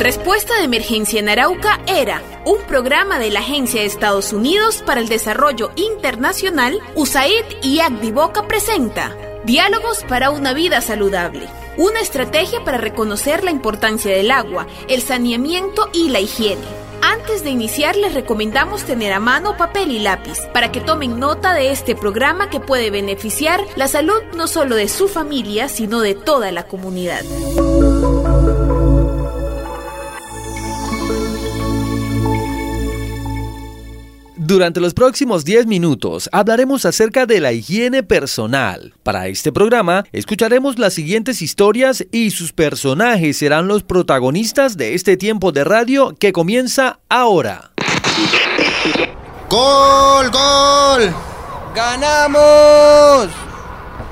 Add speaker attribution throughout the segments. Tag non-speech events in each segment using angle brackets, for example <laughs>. Speaker 1: Respuesta de Emergencia en Arauca era un programa de la Agencia de Estados Unidos para el Desarrollo Internacional, USAID y Agdivoca presenta Diálogos para una vida saludable, una estrategia para reconocer la importancia del agua, el saneamiento y la higiene. Antes de iniciar les recomendamos tener a mano papel y lápiz para que tomen nota de este programa que puede beneficiar la salud no solo de su familia, sino de toda la comunidad.
Speaker 2: Durante los próximos 10 minutos hablaremos acerca de la higiene personal. Para este programa escucharemos las siguientes historias y sus personajes serán los protagonistas de este tiempo de radio que comienza ahora.
Speaker 3: ¡Gol! ¡Gol!
Speaker 4: ¡Ganamos!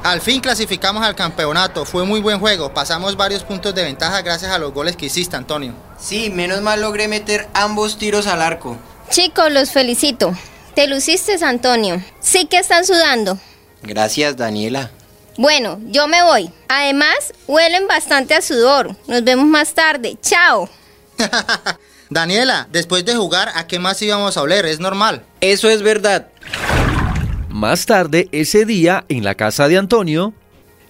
Speaker 3: Al fin clasificamos al campeonato. Fue muy buen juego. Pasamos varios puntos de ventaja gracias a los goles que hiciste, Antonio.
Speaker 4: Sí, menos mal logré meter ambos tiros al arco.
Speaker 5: Chicos, los felicito. Te luciste, Antonio. Sí que están sudando.
Speaker 4: Gracias, Daniela.
Speaker 5: Bueno, yo me voy. Además, huelen bastante a sudor. Nos vemos más tarde. Chao.
Speaker 3: Daniela, después de jugar, ¿a qué más íbamos a oler? Es normal.
Speaker 4: Eso es verdad.
Speaker 2: Más tarde, ese día, en la casa de Antonio.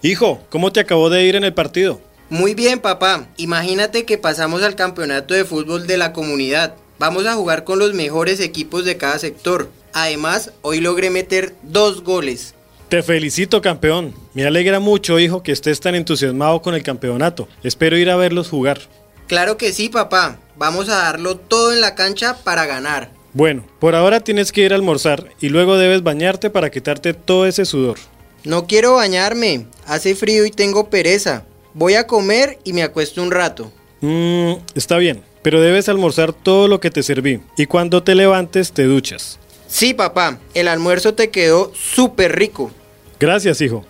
Speaker 6: Hijo, ¿cómo te acabó de ir en el partido?
Speaker 4: Muy bien, papá. Imagínate que pasamos al campeonato de fútbol de la comunidad. Vamos a jugar con los mejores equipos de cada sector. Además, hoy logré meter dos goles.
Speaker 6: Te felicito, campeón. Me alegra mucho, hijo, que estés tan entusiasmado con el campeonato. Espero ir a verlos jugar.
Speaker 4: Claro que sí, papá. Vamos a darlo todo en la cancha para ganar.
Speaker 6: Bueno, por ahora tienes que ir a almorzar y luego debes bañarte para quitarte todo ese sudor.
Speaker 4: No quiero bañarme. Hace frío y tengo pereza. Voy a comer y me acuesto un rato.
Speaker 6: Mmm, está bien pero debes almorzar todo lo que te serví y cuando te levantes te duchas.
Speaker 4: Sí, papá, el almuerzo te quedó súper rico.
Speaker 6: Gracias, hijo.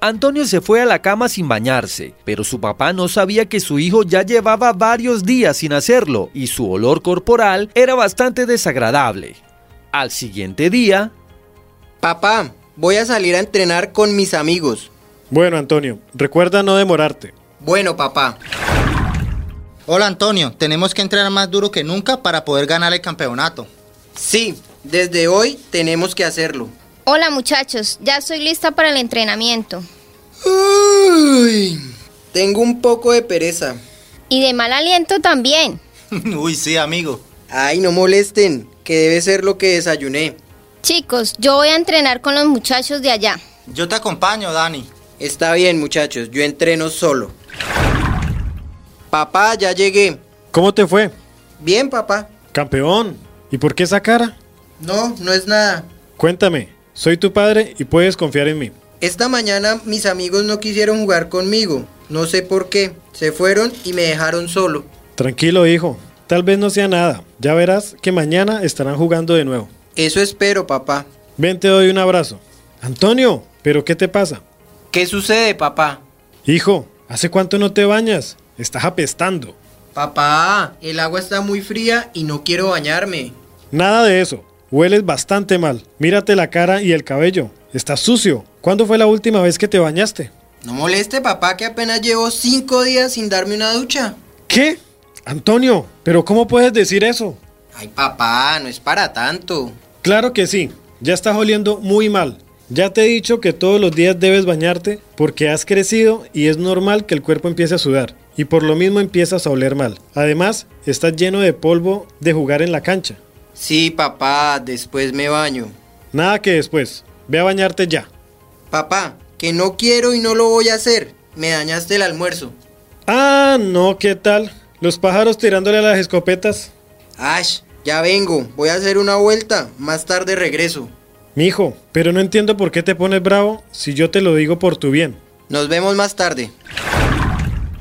Speaker 2: Antonio se fue a la cama sin bañarse, pero su papá no sabía que su hijo ya llevaba varios días sin hacerlo y su olor corporal era bastante desagradable. Al siguiente día...
Speaker 4: Papá, voy a salir a entrenar con mis amigos.
Speaker 6: Bueno, Antonio, recuerda no demorarte.
Speaker 4: Bueno, papá.
Speaker 3: Hola Antonio, tenemos que entrenar más duro que nunca para poder ganar el campeonato. <laughs>
Speaker 4: Sí, desde hoy tenemos que hacerlo.
Speaker 5: Hola muchachos, ya estoy lista para el entrenamiento.
Speaker 4: Uy, tengo un poco de pereza.
Speaker 5: Y de mal aliento también.
Speaker 3: Uy, sí, amigo.
Speaker 4: Ay, no molesten, que debe ser lo que desayuné.
Speaker 5: Chicos, yo voy a entrenar con los muchachos de allá.
Speaker 3: Yo te acompaño, Dani.
Speaker 4: Está bien, muchachos, yo entreno solo. Papá, ya llegué.
Speaker 6: ¿Cómo te fue?
Speaker 4: Bien, papá.
Speaker 6: Campeón. ¿Y por qué esa cara?
Speaker 4: No, no es nada.
Speaker 6: Cuéntame, soy tu padre y puedes confiar en mí.
Speaker 4: Esta mañana mis amigos no quisieron jugar conmigo. No sé por qué. Se fueron y me dejaron solo.
Speaker 6: Tranquilo, hijo. Tal vez no sea nada. Ya verás que mañana estarán jugando de nuevo.
Speaker 4: Eso espero, papá.
Speaker 6: Ven, te doy un abrazo. Antonio, ¿pero qué te pasa?
Speaker 4: ¿Qué sucede, papá?
Speaker 6: Hijo, ¿hace cuánto no te bañas? Estás apestando.
Speaker 4: Papá, el agua está muy fría y no quiero bañarme.
Speaker 6: Nada de eso. Hueles bastante mal. Mírate la cara y el cabello. Estás sucio. ¿Cuándo fue la última vez que te bañaste?
Speaker 4: No moleste, papá, que apenas llevo cinco días sin darme una ducha.
Speaker 6: ¿Qué? Antonio, ¿pero cómo puedes decir eso?
Speaker 4: Ay, papá, no es para tanto.
Speaker 6: Claro que sí. Ya estás oliendo muy mal. Ya te he dicho que todos los días debes bañarte porque has crecido y es normal que el cuerpo empiece a sudar y por lo mismo empiezas a oler mal. Además, estás lleno de polvo de jugar en la cancha.
Speaker 4: Sí, papá, después me baño.
Speaker 6: Nada que después. Ve a bañarte ya.
Speaker 4: Papá, que no quiero y no lo voy a hacer. Me dañaste el almuerzo.
Speaker 6: Ah, no, ¿qué tal? Los pájaros tirándole a las escopetas.
Speaker 4: Ash, ya vengo. Voy a hacer una vuelta. Más tarde regreso.
Speaker 6: Mijo, pero no entiendo por qué te pones bravo si yo te lo digo por tu bien.
Speaker 4: Nos vemos más tarde.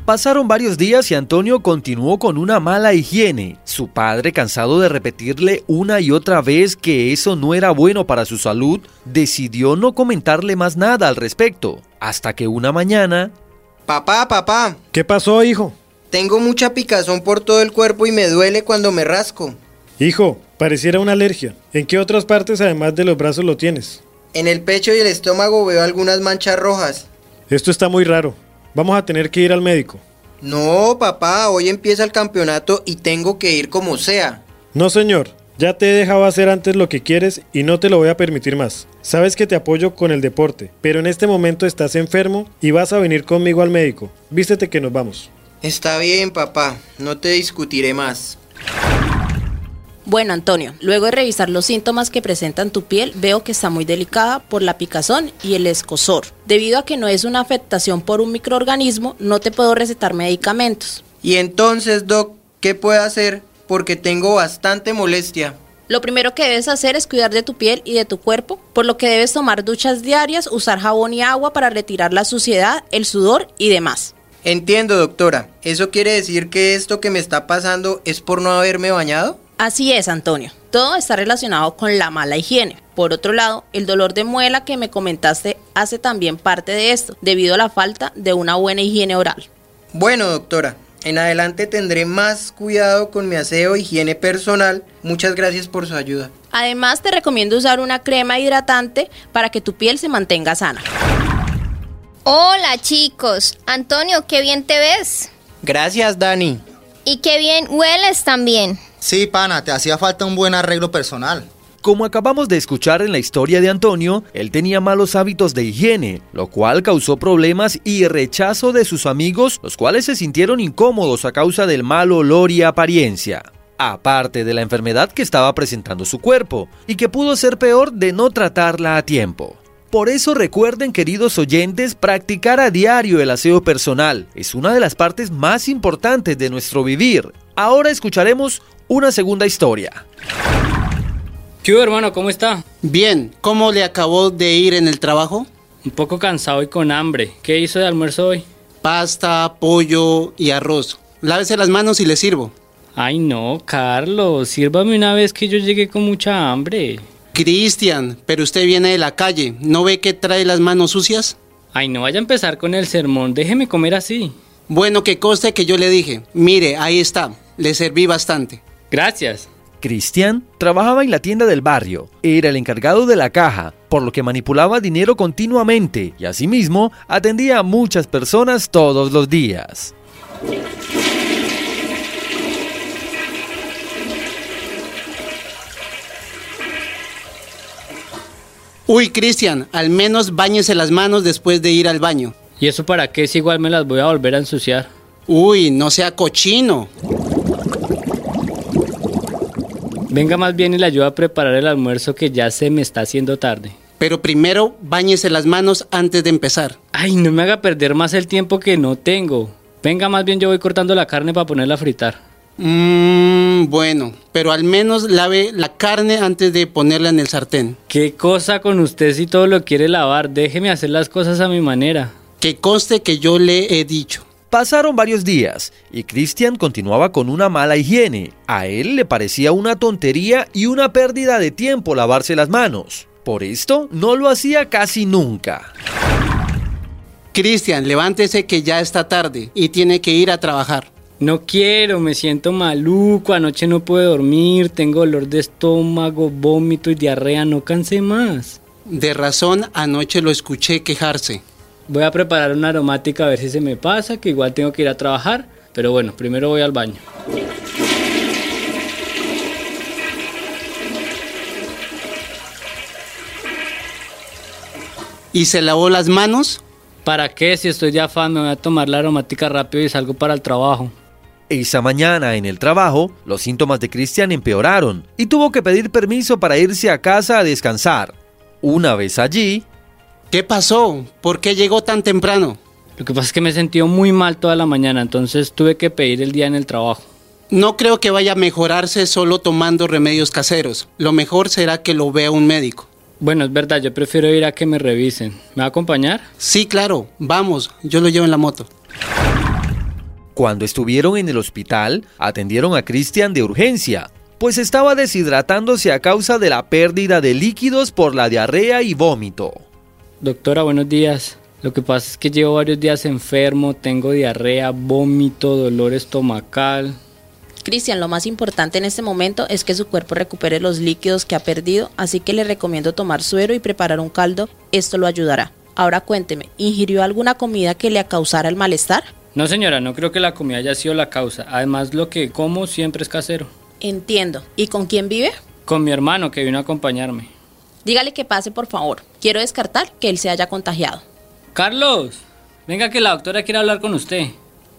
Speaker 2: Pasaron varios días y Antonio continuó con una mala higiene. Su padre, cansado de repetirle una y otra vez que eso no era bueno para su salud, decidió no comentarle más nada al respecto. Hasta que una mañana...
Speaker 4: Papá, papá.
Speaker 6: ¿Qué pasó, hijo?
Speaker 4: Tengo mucha picazón por todo el cuerpo y me duele cuando me rasco.
Speaker 6: Hijo, pareciera una alergia. ¿En qué otras partes además de los brazos lo tienes?
Speaker 4: En el pecho y el estómago veo algunas manchas rojas.
Speaker 6: Esto está muy raro. Vamos a tener que ir al médico.
Speaker 4: No, papá, hoy empieza el campeonato y tengo que ir como sea.
Speaker 6: No, señor. Ya te he dejado hacer antes lo que quieres y no te lo voy a permitir más. Sabes que te apoyo con el deporte, pero en este momento estás enfermo y vas a venir conmigo al médico. Vístete que nos vamos.
Speaker 4: Está bien, papá, no te discutiré más.
Speaker 7: Bueno, Antonio, luego de revisar los síntomas que presentan tu piel, veo que está muy delicada por la picazón y el escozor. Debido a que no es una afectación por un microorganismo, no te puedo recetar medicamentos.
Speaker 4: Y entonces, Doc, ¿qué puedo hacer? Porque tengo bastante molestia.
Speaker 7: Lo primero que debes hacer es cuidar de tu piel y de tu cuerpo, por lo que debes tomar duchas diarias, usar jabón y agua para retirar la suciedad, el sudor y demás.
Speaker 4: Entiendo, doctora. ¿Eso quiere decir que esto que me está pasando es por no haberme bañado?
Speaker 7: Así es, Antonio. Todo está relacionado con la mala higiene. Por otro lado, el dolor de muela que me comentaste hace también parte de esto, debido a la falta de una buena higiene oral.
Speaker 4: Bueno, doctora, en adelante tendré más cuidado con mi aseo, higiene personal. Muchas gracias por su ayuda.
Speaker 7: Además, te recomiendo usar una crema hidratante para que tu piel se mantenga sana.
Speaker 5: Hola chicos, Antonio, qué bien te ves
Speaker 4: Gracias, Dani.
Speaker 5: y qué bien hueles también.
Speaker 3: Sí, pana, te hacía falta un buen arreglo personal.
Speaker 2: Como acabamos de escuchar en la historia de Antonio, él tenía malos hábitos de higiene, lo cual causó problemas y rechazo de sus amigos, los cuales se sintieron incómodos a causa del mal olor y apariencia. Aparte de la enfermedad que estaba presentando su cuerpo, y que pudo ser peor de no tratarla a tiempo. Por eso recuerden, queridos oyentes, practicar a diario el aseo personal. Es una de las partes más importantes de nuestro vivir. Ahora escucharemos una segunda historia.
Speaker 8: ¿Qué hubo, hermano? ¿Cómo está?
Speaker 9: Bien, ¿cómo le acabó de ir en el trabajo?
Speaker 8: Un poco cansado y con hambre. ¿Qué hizo de almuerzo hoy?
Speaker 9: Pasta, pollo y arroz. Lávese las manos y le sirvo.
Speaker 8: Ay, no, Carlos, sírvame una vez que yo llegué con mucha hambre.
Speaker 9: Cristian, pero usted viene de la calle, ¿no ve que trae las manos sucias?
Speaker 8: Ay, no vaya a empezar con el sermón, déjeme comer así.
Speaker 9: Bueno, que coste que yo le dije, mire, ahí está, le serví bastante.
Speaker 8: Gracias.
Speaker 2: Cristian trabajaba en la tienda del barrio, era el encargado de la caja, por lo que manipulaba dinero continuamente y asimismo atendía a muchas personas todos los días.
Speaker 9: Uy, Cristian, al menos báñese las manos después de ir al baño.
Speaker 8: ¿Y eso para qué si igual me las voy a volver a ensuciar?
Speaker 9: Uy, no sea cochino.
Speaker 8: Venga más bien y le ayuda a preparar el almuerzo que ya se me está haciendo tarde.
Speaker 9: Pero primero báñese las manos antes de empezar.
Speaker 8: Ay, no me haga perder más el tiempo que no tengo. Venga más bien yo voy cortando la carne para ponerla a fritar.
Speaker 9: Mmm, bueno, pero al menos lave la carne antes de ponerla en el sartén.
Speaker 8: ¿Qué cosa con usted si todo lo quiere lavar? Déjeme hacer las cosas a mi manera.
Speaker 9: Que conste que yo le he dicho.
Speaker 2: Pasaron varios días y Cristian continuaba con una mala higiene. A él le parecía una tontería y una pérdida de tiempo lavarse las manos. Por esto no lo hacía casi nunca.
Speaker 9: Cristian, levántese que ya está tarde y tiene que ir a trabajar.
Speaker 8: No quiero, me siento maluco, anoche no pude dormir, tengo dolor de estómago, vómito y diarrea, no cansé más.
Speaker 9: De razón, anoche lo escuché quejarse.
Speaker 8: Voy a preparar una aromática a ver si se me pasa, que igual tengo que ir a trabajar, pero bueno, primero voy al baño.
Speaker 9: ¿Y se lavó las manos?
Speaker 8: ¿Para qué? Si estoy de afán, me voy a tomar la aromática rápido y salgo para el trabajo.
Speaker 2: Esa E mañana en el trabajo, los síntomas de Cristian empeoraron y tuvo que pedir permiso para irse a casa a descansar. Una vez allí,
Speaker 9: ¿Qué pasó? ¿Por qué llegó tan temprano?
Speaker 8: Lo que pasa es que me he sentido muy mal toda la mañana, entonces tuve que pedir el día en el trabajo.
Speaker 9: No creo que vaya a mejorarse solo tomando remedios caseros. Lo mejor será que lo vea un médico.
Speaker 8: Bueno, es verdad, yo prefiero ir a que me revisen. ¿Me va a acompañar?
Speaker 9: Sí, claro, vamos, yo lo llevo en la moto.
Speaker 2: Cuando estuvieron en el hospital, atendieron a Cristian de urgencia, pues estaba deshidratándose a causa de la pérdida de líquidos por la diarrea y vómito.
Speaker 8: Doctora, buenos días. Lo que pasa es que llevo varios días enfermo, tengo diarrea, vómito, dolor estomacal.
Speaker 7: Cristian, lo más importante en este momento es que su cuerpo recupere los líquidos que ha perdido, así que le recomiendo tomar suero y preparar un caldo, esto lo ayudará. Ahora cuénteme, ¿ingirió alguna comida que le causara el malestar?
Speaker 8: No señora, no creo que la comida haya sido la causa. Además, lo que como siempre es casero.
Speaker 7: Entiendo. ¿Y con quién vive?
Speaker 8: Con mi hermano que vino a acompañarme.
Speaker 7: Dígale que pase, por favor. Quiero descartar que él se haya contagiado.
Speaker 8: Carlos, venga que la doctora quiere hablar con usted.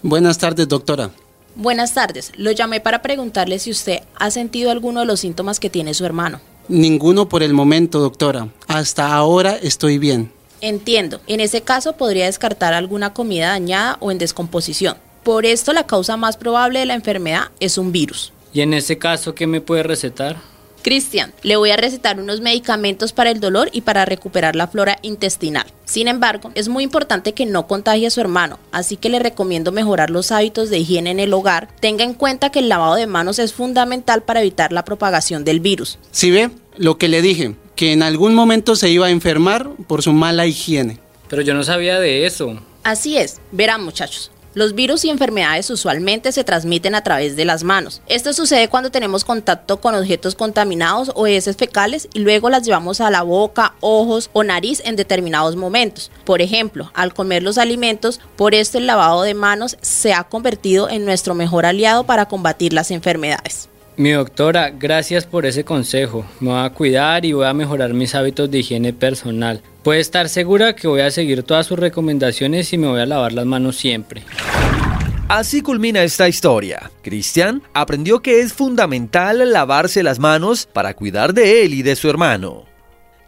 Speaker 9: Buenas tardes, doctora.
Speaker 7: Buenas tardes. Lo llamé para preguntarle si usted ha sentido alguno de los síntomas que tiene su hermano.
Speaker 9: Ninguno por el momento, doctora. Hasta ahora estoy bien.
Speaker 7: Entiendo. En ese caso podría descartar alguna comida dañada o en descomposición. Por esto la causa más probable de la enfermedad es un virus.
Speaker 8: Y en ese caso, ¿qué me puede recetar?
Speaker 7: Cristian, le voy a recetar unos medicamentos para el dolor y para recuperar la flora intestinal. Sin embargo, es muy importante que no contagie a su hermano, así que le recomiendo mejorar los hábitos de higiene en el hogar. Tenga en cuenta que el lavado de manos es fundamental para evitar la propagación del virus.
Speaker 9: Si ve lo que le dije, que en algún momento se iba a enfermar por su mala higiene.
Speaker 8: Pero yo no sabía de eso.
Speaker 7: Así es, verán muchachos. Los virus y enfermedades usualmente se transmiten a través de las manos. Esto sucede cuando tenemos contacto con objetos contaminados o heces fecales y luego las llevamos a la boca, ojos o nariz en determinados momentos. Por ejemplo, al comer los alimentos, por esto el lavado de manos se ha convertido en nuestro mejor aliado para combatir las enfermedades.
Speaker 8: Mi doctora, gracias por ese consejo. Me voy a cuidar y voy a mejorar mis hábitos de higiene personal. Puede estar segura que voy a seguir todas sus recomendaciones y me voy a lavar las manos siempre.
Speaker 2: Así culmina esta historia. Cristian aprendió que es fundamental lavarse las manos para cuidar de él y de su hermano.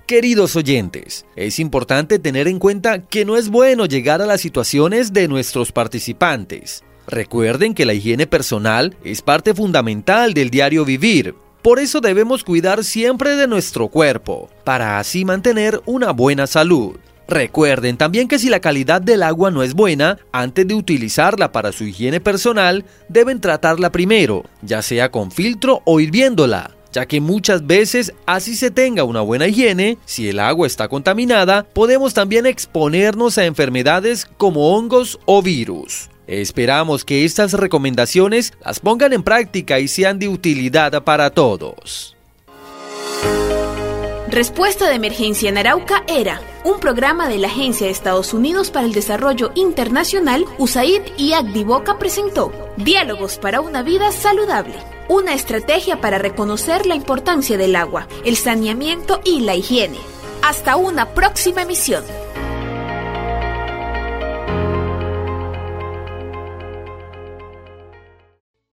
Speaker 2: Queridos oyentes, es importante tener en cuenta que no es bueno llegar a las situaciones de nuestros participantes. Recuerden que la higiene personal es parte fundamental del diario vivir. Por eso debemos cuidar siempre de nuestro cuerpo, para así mantener una buena salud. Recuerden también que si la calidad del agua no es buena, antes de utilizarla para su higiene personal, deben tratarla primero, ya sea con filtro o hirviéndola, ya que muchas veces así se tenga una buena higiene, si el agua está contaminada, podemos también exponernos a enfermedades como hongos o virus. Esperamos que estas recomendaciones las pongan en práctica y sean de utilidad para todos.
Speaker 1: Respuesta de Emergencia en Arauca era un programa de la Agencia de Estados Unidos para el Desarrollo Internacional, USAID y Agdivoca presentó Diálogos para una vida saludable, una estrategia para reconocer la importancia del agua, el saneamiento y la higiene. Hasta una próxima emisión.